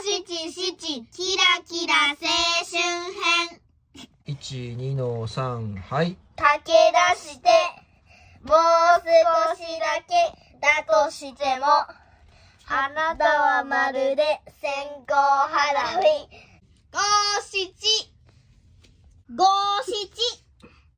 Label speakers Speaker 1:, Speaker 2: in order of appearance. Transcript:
Speaker 1: 七キラキラ青春編
Speaker 2: 1、2の3、はい。
Speaker 1: 駆け出してもう少しだけだとしてもあなたはまるで線香花火五七五